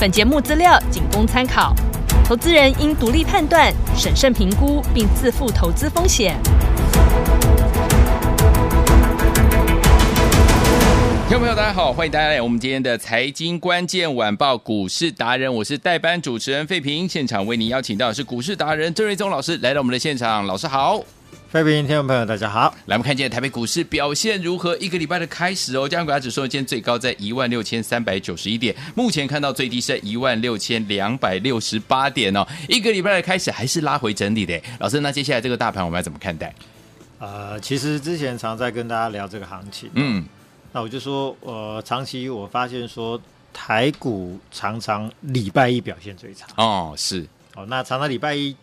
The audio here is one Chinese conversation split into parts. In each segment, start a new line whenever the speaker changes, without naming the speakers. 本节目资料仅供参考，投资人应独立判断、审慎评估，并自负投资风险。
听众朋友，大家好，欢迎大家来我们今天的财经关键晚报股市达人，我是代班主持人费平，现场为您邀请到的是股市达人郑瑞宗老师来到我们的现场，老师好。
飞平听众朋友，大家好。
来，我们看见台北股市表现如何？一个礼拜的开始哦，加权股价指数今天最高在一万六千三百九十一点，目前看到最低是一万六千两百六十八点哦。一个礼拜的开始还是拉回整理的。老师，那接下来这个大盘我们要怎么看待？
呃，其实之前常在跟大家聊这个行情，
嗯，
那我就说，呃，长期我发现说，台股常常礼拜一表现最差，
哦，是，
哦，那常常礼拜一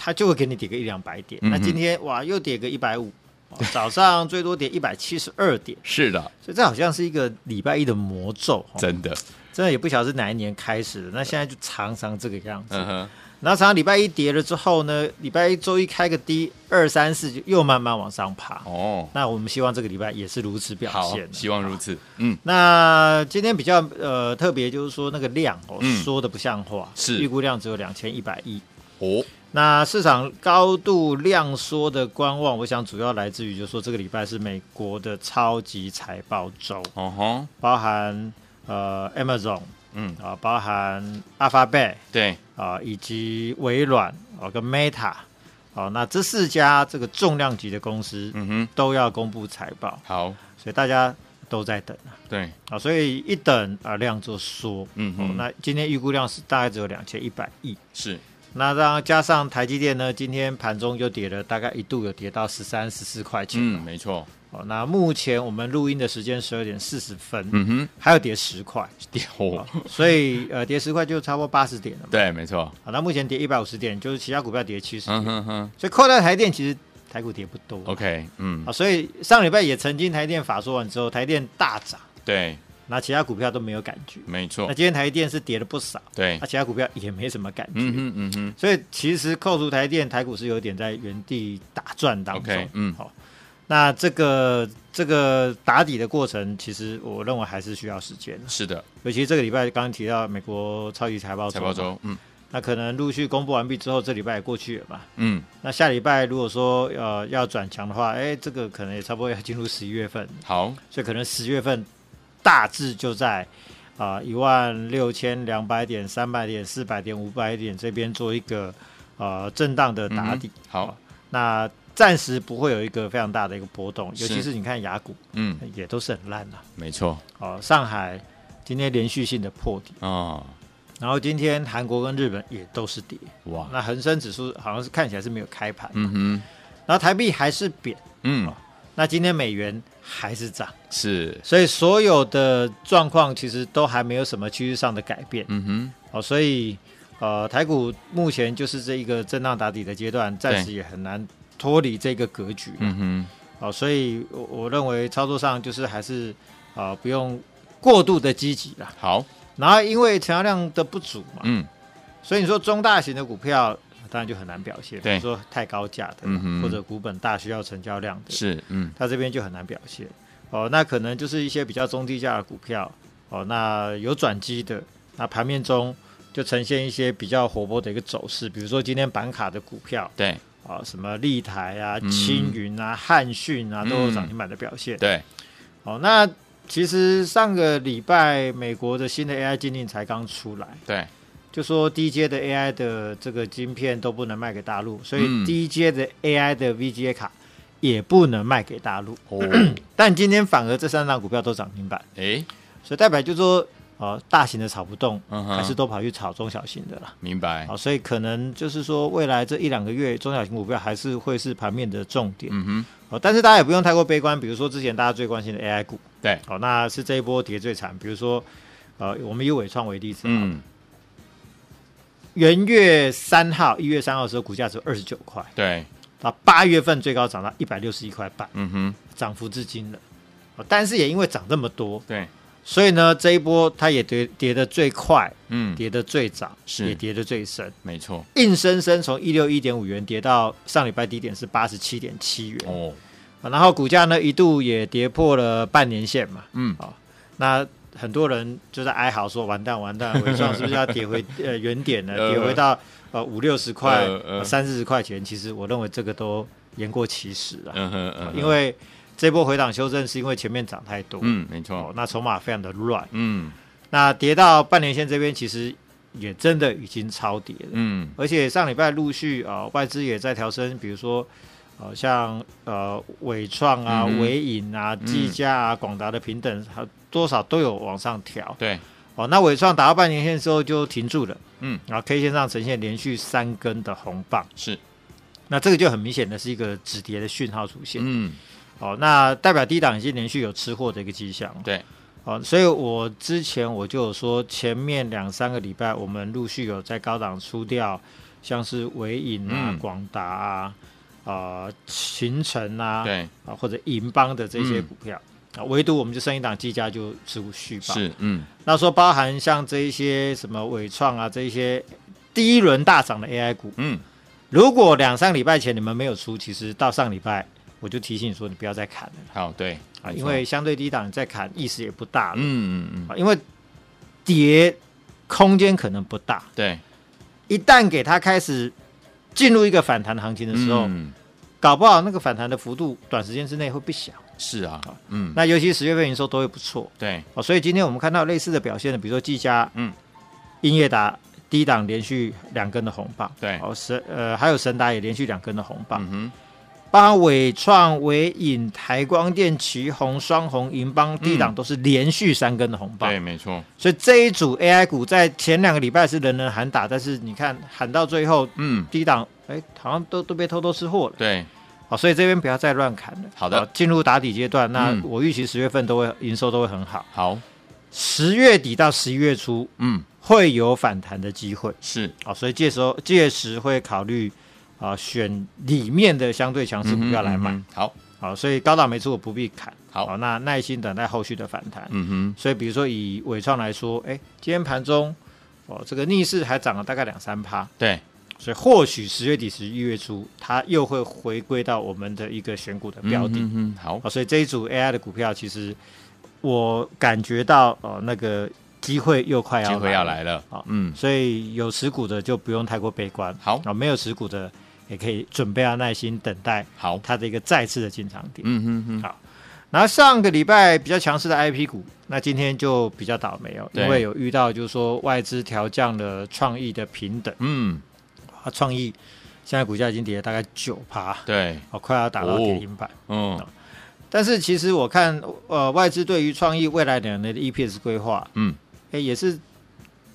它就会给你跌个一两百点，
嗯哼
那今天哇又跌个一百五，哦早上最多跌一百七十二点，
是的，
所以这好像是一个礼拜一的魔咒，哦
真的，
真的也不晓得是哪一年开始的，那现在就常常这个样子，
嗯哼，
然后常常礼拜一跌了之后呢，礼拜一周一开个低，二三四就又慢慢往上爬。
哦，
那我们希望这个礼拜也是如此表
好
现，。
希望如此，嗯，
那今天比较呃特别就是说那个量哦、
嗯
说的不像话，
是
预估量只有两千一百亿。
哦，
那市场高度量缩的观望，我想主要来自于就是说这个礼拜是美国的超级财报周，
哦吼，
包含呃 Amazon
嗯，
啊、包含 Alphabet
对，
啊、以及微软啊、跟 Meta 啊、那这四家这个重量级的公司
嗯哼，
都要公布财报，
好，
所以大家都在等。
对，
啊，所以一等啊量就缩，
嗯
哦
哼，
那今天预估量是大概只有两千一百亿，
是，
那让加上台积电呢，今天盘中又跌了，大概一度有跌到十三、十四块钱、
嗯，没错，
哦，那目前我们录音的时间十二点四十分，
嗯哼，
还有跌十块，
对哦，
所以呃跌十块就差不多八十点了嘛。
对，没错，
好，那目前跌一百五十点，就是其他股票跌七十、
嗯哼哼
所以扣掉台电，其实台股跌不多。
，OK，嗯
啊，，所以上礼拜也曾经台电法说完之后，台电大涨，
对，
那其他股票都没有感觉。
没错
那，今天台电是跌了不少，
对
那、，其他股票也没什么感觉。
哎嗯哼嗯哼，
所以其实扣除台电，台股是有点在原地打转当中。
OK，嗯
好、那这个这个打底的过程，其实我认为还是需要时间的，
是的，
尤其这个礼拜刚刚提到美国超级财报
财
周，
报，周，嗯
那可能陆续公布完毕之后，这礼拜也过去了嘛。
嗯，
那下礼拜如果说呃要转强的话，哎，这个可能也差不多要进入十一月份，
好，
所以可能十月份大致就在啊一万六千两百点、三百点、四百点、五百点这边做一个呃震荡的打底。
嗯哼好，
那暂时不会有一个非常大的一个波动，
是
尤其是你看雅股
嗯，
也都是很烂的、
没错，
哦、上海今天连续性的破底，
哦，
然后今天韩国跟日本也都是跌。
哇，
那恒生指数好像是看起来是没有开盘，
嗯哼，
然后台币还是贬，
嗯，
那今天美元还是涨。
是，
所以所有的状况其实都还没有什么趋势上的改变、
嗯哼，
哦，所以呃，台股目前就是这一个震荡打底的阶段，暂时
对
也很难脱离这个格局、
嗯哼，
哦，所以我我认为操作上就是还是啊、呃不用过度的积极啦。
好，
然后因为成交量的不足嘛，
嗯，
所以你说中大型的股票当然就很难表现，比
对
如说太高价的、
嗯哼
或者股本大需要成交量的，
是，嗯，
它这边就很难表现。哦，那可能就是一些比较中低价的股票，哦，那有转机的，那盘面中就呈现一些比较活泼的一个走势，比如说今天板卡的股票
对，
啊、什么立台啊、
嗯
青云啊、汉讯啊，
嗯
都有涨停板的表现。
对，
哦，那其实上个礼拜美国的新的 AI 禁令才刚出来，
对，
就说低阶的 AI 的这个晶片都不能卖给大陆，所以
嗯
低阶的 AI 的 VGA 卡也不能卖给大陆。
哦，
但今天反而这三档股票都涨停板，
哎，
所以代表就说，呃，大型的炒不动，
嗯
还是
哼，哎
都跑去炒中小型的了。
明白
好、，所以可能就是说，未来这一两个月，中小型股票还是会是盘面的重点。
嗯哼，
哦，但是大家也不用太过悲观，比如说之前大家最关心的 AI 股，
对，
哦，那是这一波跌最惨，比如说。呃，我们以伟创为例子，嗯，
嗯，
元月三号，一月三号的时候股价只有二十九块，
对，
啊，八月份最高涨到一百六十一块半，
嗯哼，
涨幅至今了。哦但是也因为涨这么多，
对，
所以呢，这一波它也跌跌得最快，
嗯，
跌得最早，
是
也跌得最深，
没错，
硬生生从一六一点五元跌到上礼拜低点是八十七点七元、
哦，
啊然后股价呢一度也跌破了半年线嘛，
嗯，
那很多人就在哀嚎说完蛋完蛋，伟创是不是要跌 回呃原点呢？
呃
跌回到呃五六十块
呃、呃
三四十块钱，其实我认为这个都言过其实了，
嗯哼，嗯哼，
因为这波回档修正是因为前面涨太多，
嗯，没
哦
错，，
那筹码非常的乱，
嗯
那跌到半年线这边，其实也真的已经超跌了。
嗯，
而且上礼拜陆续啊、呃外资也在调升，比如说呃，像呃伟创啊、
嗯哼
伟影啊、技嘉啊、广达的平等，还有多少都有往上调。
对，
哦，那伟创打到半年线之后就停住了，
嗯，
然后 K 线上呈现连续三根的红棒，
是，
那这个就很明显的是一个止跌的讯号出现。
嗯，
哦，那代表低档已经连续有吃货的一个迹象。
对，
哦，所以我之前我就有说，前面两三个礼拜我们陆续有在高档出掉，像是伟影啊
嗯、
广达啊、啊秦城啊，
对，
啊或者银邦的这些
嗯
股票。啊，唯独我们就剩一档技嘉就持股续报。
是，嗯，
那说包含像这一些什么伟创啊，这一些第一轮大涨的 AI 股，
嗯，
如果两三礼拜前你们没有出，其实到上礼拜我就提醒你说你不要再砍了
好，对，
啊，
没
因
错
为，相对低档你再砍意思也不大了，
嗯嗯嗯，
啊，因为跌空间可能不大，
对，
一旦给它开始进入一个反弹行情的时候，
嗯
搞不好那个反弹的幅度短时间之内会不小。
是啊，嗯，
那尤其十月份营收都会不错
对，
哦，所以今天我们看到类似的表现的，比如说技嘉、
嗯、
英业达低档连续两根的红棒，
对
哦神呃还有神达也连续两根的红棒，
嗯哼，
包含伟创、伟影、台光电、旗红、双红、银邦低档
嗯
都是连续三根的红棒。
对，没错，
所以这一组 AI 股在前两个礼拜是人人喊打，但是你看喊到最后
嗯，
低档，哎，好像都都被偷偷吃货了。
对，
好，所以这边不要再乱砍了。
好的
哦进入打底阶段，那
嗯
我预期十月份都会营收都会很好，
好，
十月底到十一月初
嗯，
会有反弹的机会。
是，
好，所以届时候届时会考虑啊、选里面的相对强势股票来买。
嗯哼，嗯哼好，
好，所以高档没出我不必砍。哦
好
那耐心等待后续的反弹。
嗯
所以比如说以伟创来说，哎，今天盘中哦，这个逆势还涨了大概两三趴，
哼，对，
所以或许十月底、十一月初，它又会回归到我们的一个选股的标的。
嗯哼，嗯哼好，
哦，所以这一组 AI 的股票，其实我感觉到哦，那个机会又快要
机会要
了
来了
好，
嗯，
所以有持股的就不用太过悲观，
好
啊，没有持股的也可以准备要耐心等待
好，
它的一个再次的进场点。
嗯哼哼，
然后上个礼拜比较强势的 IP 股，那今天就比较倒霉哦，
对
因为有遇到就是说外资调降了创意的平等，
嗯，
啊，创意现在股价已经跌了大概九趴，
对，
哦，快要打到跌停板。
嗯
但是其实我看，呃，外资对于创意未来两年的 EPS 规划，
嗯，
哎，也是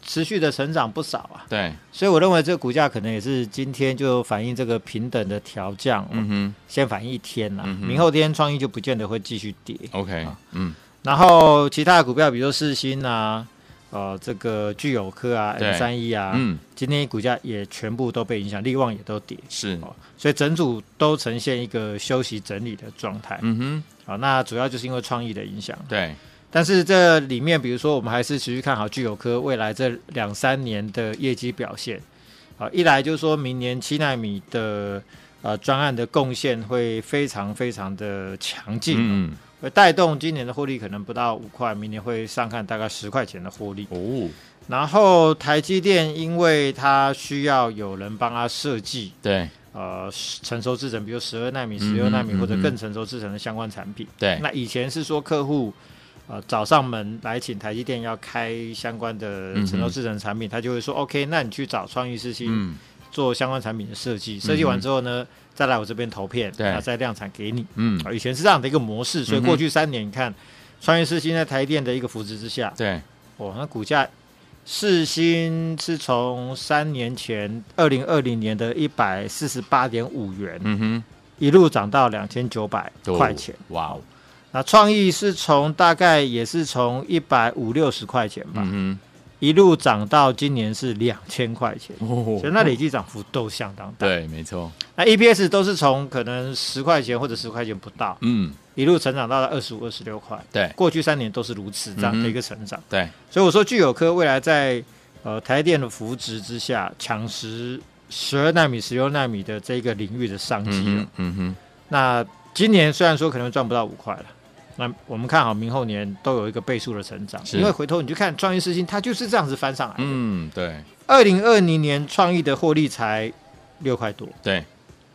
持续的成长不少啊，
对，
所以我认为这个股价可能也是今天就反映这个平等的调降，哦
嗯哼
先反映一天啦、
嗯哼
明后天创意就不见得会继续跌。
，OK，嗯，
然后其他的股票，比如说世新啊，呃，这个聚友科啊
对
，M 三一啊，
嗯，
今天股价也全部都被影响，力旺也都跌，
是，
哦，所以整组都呈现一个休息整理的状态。
嗯哼，
好、那主要就是因为创意的影响，
对，
但是这里面，比如说我们还是持续看好聚友科未来这两三年的业绩表现。好、一来就是说明年七纳米的呃专案的贡献会非常非常的强劲。
嗯，
而带动今年的获利可能不到五块，明年会上看大概十块钱的获利。
哦，
然后台积电，因为它需要有人帮它设计
对
呃成熟制程，比如十二纳米、
嗯
十六纳米
嗯
或者
嗯
更成熟制程的相关产品。
对，
那以前是说客户呃找上门来请台积电要开相关的
嗯
成熟制程产品，他就会说 OK，那你去找创意世新
嗯
做相关产品的设计，设计完之后呢，再来我这边投片，
对
然后再量产给你。
嗯，
啊，以前是这样的一个模式，所以
嗯哼
过去三年，你看创业世新在台电的一个扶持之下，
对，
哦，那股价世新是从三年前二零二零年的一百四十八点五元，
嗯哼，
一路涨到两千九百块钱。
哇哦，
那创意是从大概也是从一百五六十块钱吧，
嗯
一路涨到今年是两千块钱，
哼，哦
所以那累计涨幅都相当大。
对，没错，
那 EPS 都是从可能十块钱或者十块钱不到，
嗯，
一路成长到了二十五、二十六块。
对
过去三年都是如此这样
嗯
的
哼
一个成长。
对，
哎所以我说，具有科未来在呃台电的扶植之下，抢食十二纳米、十六纳米的这个领域的商机、
嗯哼，嗯哼，
那今年虽然说可能赚不到五块了。那我们看好明后年都有一个倍数的成长，
是
因为回头你去看创意事情，它就是这样子翻上来。
嗯，对，
二零二零年创意的获利才六块多，
对，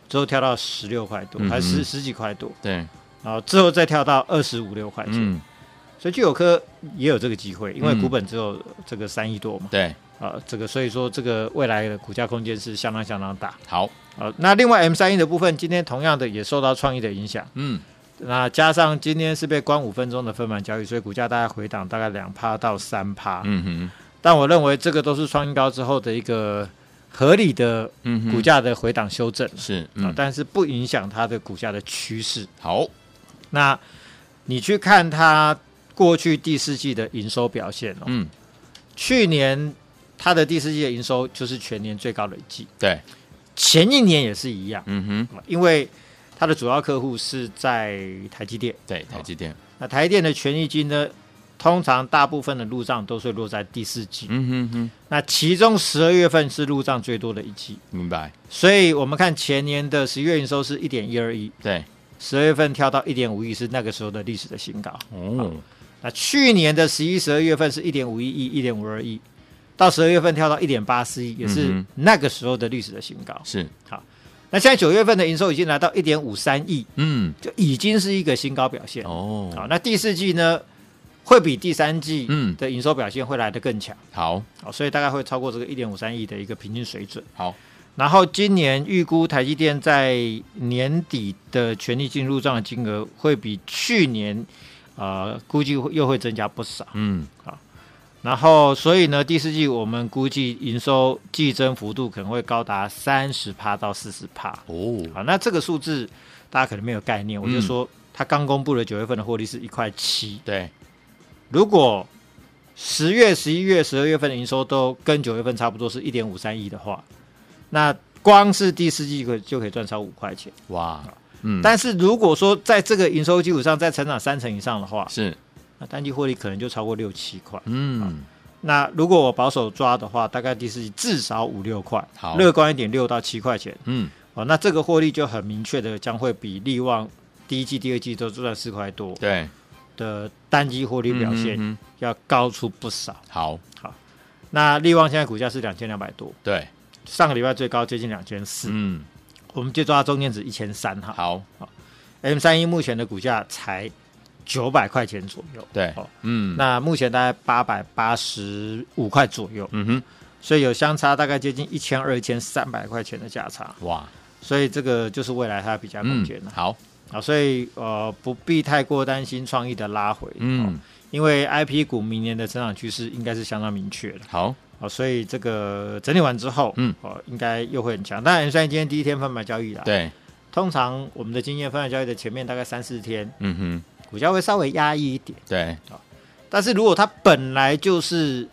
之后跳到十六块多，还
嗯
十
哼
十几块多，
对，
然后之后再跳到二十五六块钱。
嗯，
所以具有科也有这个机会，因为
嗯
股本只有这个三亿多嘛。
对，
啊，这个所以说这个未来的股价空间是相当相当大
好，
啊。那另外 M 三一的部分，今天同样的也受到创意的影响，
嗯，
那加上今天是被关五分钟的分盘交易，所以股价大概回档大概两趴到三趴。
嗯哼，
但我认为这个都是创新高之后的一个合理的
嗯哼，
股价的回档修正、
是，
啊
嗯，，
但是不影响它的股价的趋势。
好，
那你去看它过去第四季的营收表现哦，
嗯，
去年它的第四季的营收就是全年最高累计。
对，
前一年也是一样，
嗯哼，
因为它的主要客户是在台积电。
对，台积电，
那台积电的权益金呢，通常大部分的入账都是落在第四季，
嗯哼哼，
那其中十二月份是入账最多的一季。
明白，
所以我们看前年的十一月营收是一点一二亿，
对，
十二月份跳到一点五亿，是那个时候的历史的新高。
哦，
那去年的十一、十二月份是一点五一亿、一点五二亿，到十二月份跳到一点八四亿，也是
嗯
那个时候的历史的新高。
是，
那现在九月份的营收已经来到一点五三亿，
嗯，
就已经是一个新高表现。好，
哦，
那第四季呢，会比第三季
嗯
的营收表现会来得更强，
好，
好，所以大概会超过这个一点五三亿的一个平均水准。
好，
然后今年预估台积电在年底的权利金入账的金额会比去年，呃，估计会又会增加不少。
嗯，
然后，所以呢，第四季我们估计营收季增幅度可能会高达三十趴到四十趴。
哦，
好，那这个数字大家可能没有概念，我就说它刚公布了九月份的获利是一块七，
对，
如果十月、十一月、十二月份的营收都跟九月份差不多是一点五三亿的话，那光是第四季就可以就可以赚超五块钱。
哇，嗯，
但是如果说在这个营收基础上再成长三成以上的话，
是，
那单季获利可能就超过六七块。
嗯，
那如果我保守抓的话，大概第四季至少五六块
好，
乐观一点六到七块钱。
嗯，
哦，那这个获利就很明确的将会比利旺第一季、第二季都赚四块多
对，
的单季获利表现
嗯哼
要高出不少。
哼好，
那利旺现在股价是两千两百多，
对，
上个礼拜最高接近两千四，
嗯，
我们就抓中间值一千三哈。
好，
M 三一目前的股价才九百块钱左右，
对
哦，
嗯，
那目前大概八百八十五块左右，
嗯哼，
所以有相差大概接近一千二、一千三百块钱的价差，
哇，
所以这个就是未来它的比价空
嗯
间，了、
好，
啊。所以呃，不必太过担心创意的拉回，哦
嗯，
因为 IP 股明年的增长趋势应该是相当明确的。
好，
哦，所以这个整理完之后，
嗯，
哦，应该又会很强。当然，虽然今天第一天分盘交易啦，，
对，
通常我们的经验，分盘交易的前面大概三四天，
嗯哼，
股价会稍微压抑一点。
对，
但是如果它本来就是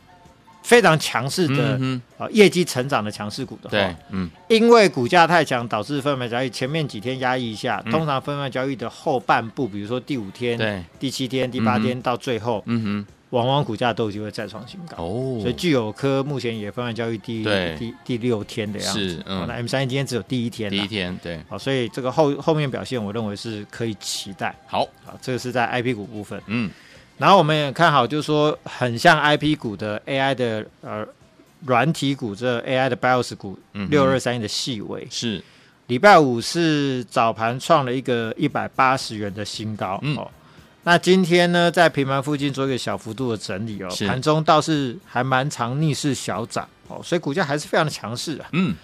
非常强势的、
嗯哼，
呃业绩成长的强势股的
对
话，，
嗯，
因为股价太强导致分盘交易前面几天压抑一下，
嗯
通常分盘交易的后半部，比如说第五天、
对，
第七天、第八天到最后，
嗯
往往股价都有机会再创新
哼，
高。
哦
所以具有科目前也分盘交易第
对
第第六天的样子，
是，
哦那
嗯，
M 三今天只有第一天啦，
第一天，对，
好，所以这个后后面表现，我认为是可以期待。
好，
好，这个是在 IP 股部分，
嗯，
然后我们也看好，就是说很像 IP 股的 AI 的呃软体股，这 AI 的 BIOS 股
嗯哼
六二三一的细微，
是，
礼拜五是早盘创了一个一百八十元的新高、
嗯
哦。那今天呢，在平盘附近做一个小幅度的整理哦，
是
盘中倒是还蛮长逆势小涨哦，所以股价还是非常的强势啊。
嗯，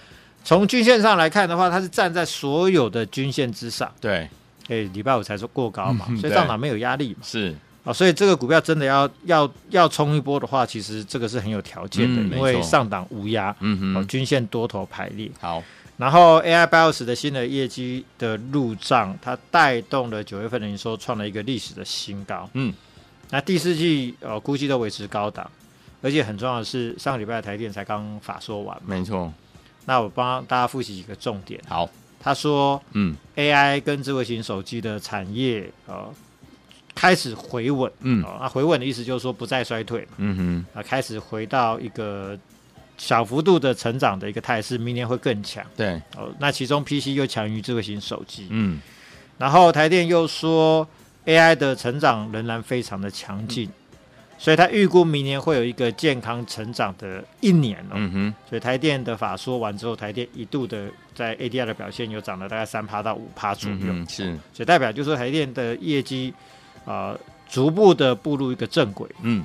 从均线上来看的话，它是站在所有的均线之上。
对，
哎，礼拜五才说过高嘛，
嗯
所以
对
上涨没有压力嘛。
是，
啊，所以这个股票真的要要要冲一波的话，其实这个是很有条件的，
嗯没
因为
错
上档无压，
嗯
哦，
哼，
均线多头排列。
好，
然后 AI BIOS 的新的业绩的入账，它带动了九月份的营收创了一个历史的新高。
嗯，
那第四季呃估计都维持高档，而且很重要的是上个礼拜台电才刚法说完嘛，
没错，
那我帮大家复习几个重点。
好，
他说
嗯
AI 跟智慧型手机的产业呃开始回稳，
嗯
哦，那回稳的意思就是说不再衰退嘛，
嗯哼，
啊、开始回到一个小幅度的成长的一个态势，明年会更强。
对，
哦，那其中 PC 又强于智慧型手机，
嗯
然后台电又说 AI 的成长仍然非常的强劲，
嗯
所以他预估明年会有一个健康成长的一年哦。
嗯哼，
所以台电的法说完之后，台电一度的在 ADR 的表现有涨了大概三趴到五趴左右
嗯，哼，是，
所以代表就是说台电的业绩啊、呃逐步的步入一个正轨。
嗯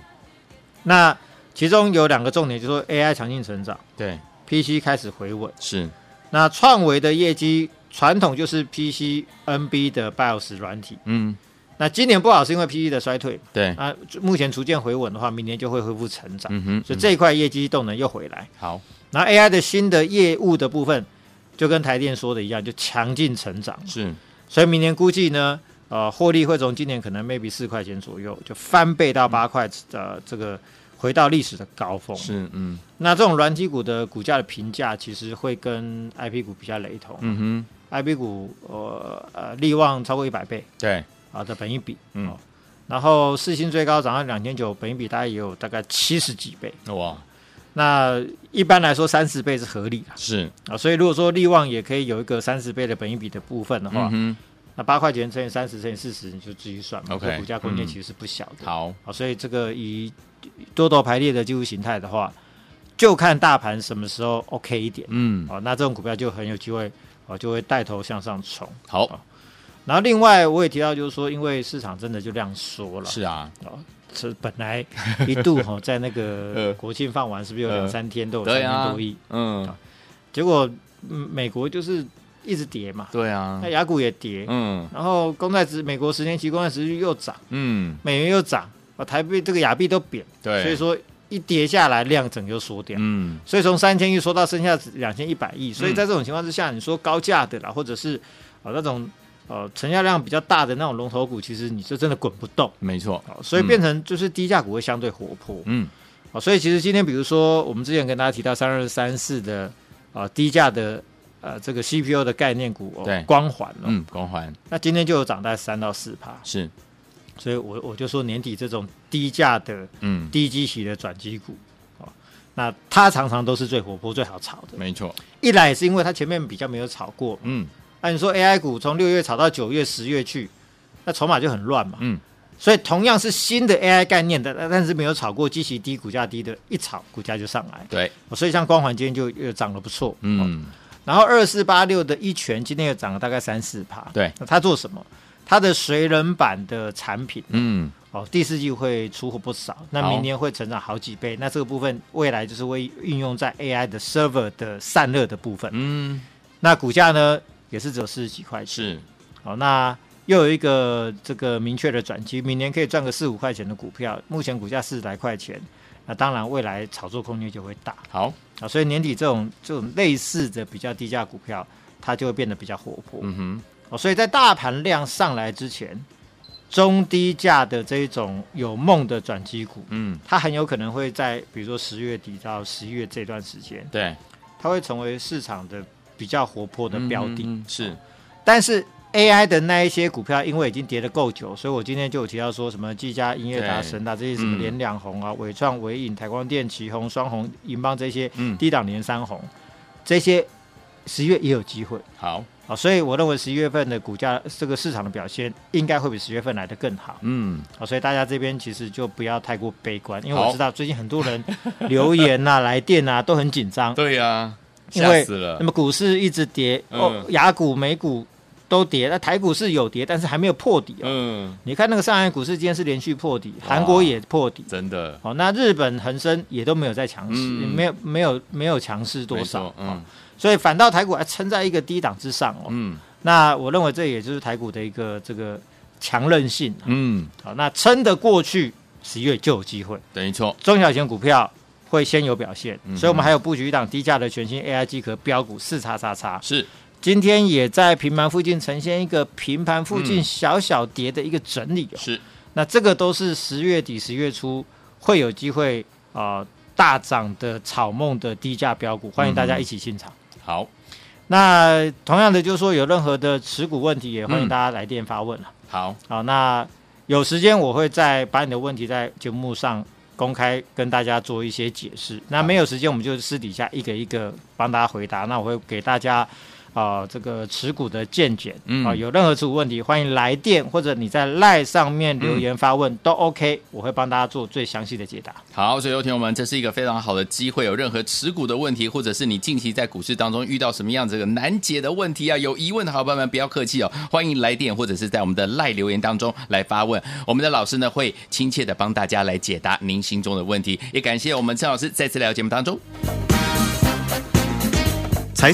那其中有两个重点，就是说 AI 强劲成长
对，
，PC 开始回稳。
是，
那创维的业绩传统就是 PC NB 的 BIOS 软体，
嗯
那今年不好是因为 PC 的衰退，
对，
那目前逐渐回稳的话，明年就会恢复成长，
嗯哼，
所以
嗯
这一块业绩动能又回来。
好，
然后 AI 的新的业务的部分，就跟台电说的一样，就强劲成长，
是，
所以明年估计呢，呃，获利会从今年可能 maybe 四块钱左右，就翻倍
嗯
到八块，呃，这个回到历史的高峰。
是，嗯
那这种软体股的股价的评价，其实会跟 IP 股比较雷同。
嗯哼，
I B 股呃呃利旺超过一百倍
对，
啊的本益比，
嗯
哦，然后四星最高涨到两千九，本益比大概也有大概七十几倍。
哇，
那一般来说三十倍是合理的
是，
啊，所以如果说利旺也可以有一个三十倍的本益比的部分的话，
嗯
那八块钱乘以三十乘以四十，你就自己算嘛。
OK，
这股价空间
嗯
其实是不小
哼，
的。
好，
啊，所以这个以多头排列的技术形态的话，就看大盘什么时候 OK 一点。
嗯，
哦，那这种股票就很有机会，哦，就会带头向上冲。
好，
然后另外我也提到，就是说，因为市场真的就量缩了，
是啊，
哦，是本来一度哈、在那
呃
个国庆放完，是不是有两三天都有三
对
千
啊
多亿？，
嗯，
结果、嗯美国就是一直跌嘛，
对啊
那，雅股也跌，
嗯
然后公债值美国十年期公债值率又涨，
嗯，
美元又涨，啊，台币这个亚币都贬，
对，
所以，说一跌下来量整就缩掉。
嗯
所以从三千亿缩到剩下两千一百亿，所以
嗯
在这种情况之下，你说高价的啦，或者是呃那种呃成交量比较大的那种龙头股，其实你就真的滚不动
没错，
哦，所以变成就是低价股会相对活泼
嗯
哦，所以其实今天比如说我们之前跟大家提到三二三四的呃低价的呃这个 CPU 的概念股，
对
哦、光环哦，
嗯，光环
那今天就有涨大概三到四趴，
是，
所以我我就说年底这种低价的
嗯，
低基期的转机股。哦，那它常常都是最活泼、最好炒的，
没错，
一来也是因为它前面比较没有炒过，
嗯
按、你说 AI 股从六月炒到九月、十月去，那筹码就很乱嘛。
嗯，
所以同样是新的 AI 概念的，但但是没有炒过，基期低、股价低的，一炒股价就上来。
对，
哦所以像光环今天就又涨得不错。哦
嗯
然后二四八六的一拳今天又涨了大概三四趴。
对，
那它做什么？它的水冷版的产品
嗯
哦，第四季会出货不少，那
好
明年会成长好几倍。那这个部分未来就是会运用在 AI 的 server 的散热的部分。
嗯
那股价呢也是只有四十几块钱，
是，
好、那又有一个这个明确的转机，明年可以赚个四五块钱的股票，目前股价四十来块钱，那当然未来炒作空间就会大
好，
啊，所以年底这种这种类似的比较低价股票，它就会变得比较活泼、
嗯哼，
哦，所以在大盘量上来之前，中低价的这一种有梦的转机股。
嗯
它很有可能会在，比如说十月底到十一月这段时间，
对，
它会成为市场的比较活泼的标的。
嗯是，
但是 AI 的那一些股票，因为已经跌得够久，所以我今天就有提到说什么技嘉、音乐达、
对
神啊达这些什么
嗯
连两红啊，伟、创、伟影、台光电、旗红、双红、银邦这些
嗯
低档连三红，这些十月也有机会
好，
啊，所以我认为十一月份的股价这个市场的表现应该会比十月份来得更好
嗯
啊，所以大家这边其实就不要太过悲观，因为
好
我知道最近很多人留言 呐、来电啊都很紧张，
对呀，
因
吓
为
死了
那，么股市一直跌，
嗯
哦，雅股、美股都跌，那台股是有跌，但是还没有破底哦。
嗯，
你看那个上海股市今天是连续破底，韩国也破底，
真的，
哦，那日本恒生也都没有在强势，
嗯
没有没有没有强势多
没
少啊
错，，嗯
所以反倒台股还撑在一个低档之上哦。
嗯
那我认为这也就是台股的一个这个强韧性，哦
嗯，
好、那撑得过去，十一月就有机会。
没错，
中小型股票会先有表现，
嗯哼
所以我们还有布局一档低价的全新 AIG 和标股四叉叉叉，
是
今天也在平盘附近呈现一个平盘附近
嗯
小小跌的一个整理、哦
是，
那这个都是十月底十月初会有机会啊、呃大涨的草梦的低价标股，欢迎大家一起进场。
好，
那同样的，就是说有任何的持股问题，也欢迎大家来电发问了。
好，
好，那有时间我会再把你的问题在节目上公开跟大家做一些解释。那没有时间，我们就私底下一个一个帮大家回答。那我会给大家。啊、这个持股的见解，啊、
嗯
有任何持股问题，欢迎来电或者你在赖上面留言发问、都 OK，我会帮大家做最详细的解答。
好，所以有听我们，这是一个非常好的机会。有任何持股的问题，或者是你近期在股市当中遇到什么样子的难解的问题啊，有疑问的好朋友们不要客气哦，欢迎来电或者是在我们的赖留言当中来发问，我们的老师呢会亲切的帮大家来解答您心中的问题。也感谢我们郑老师再次来到节目当中。
财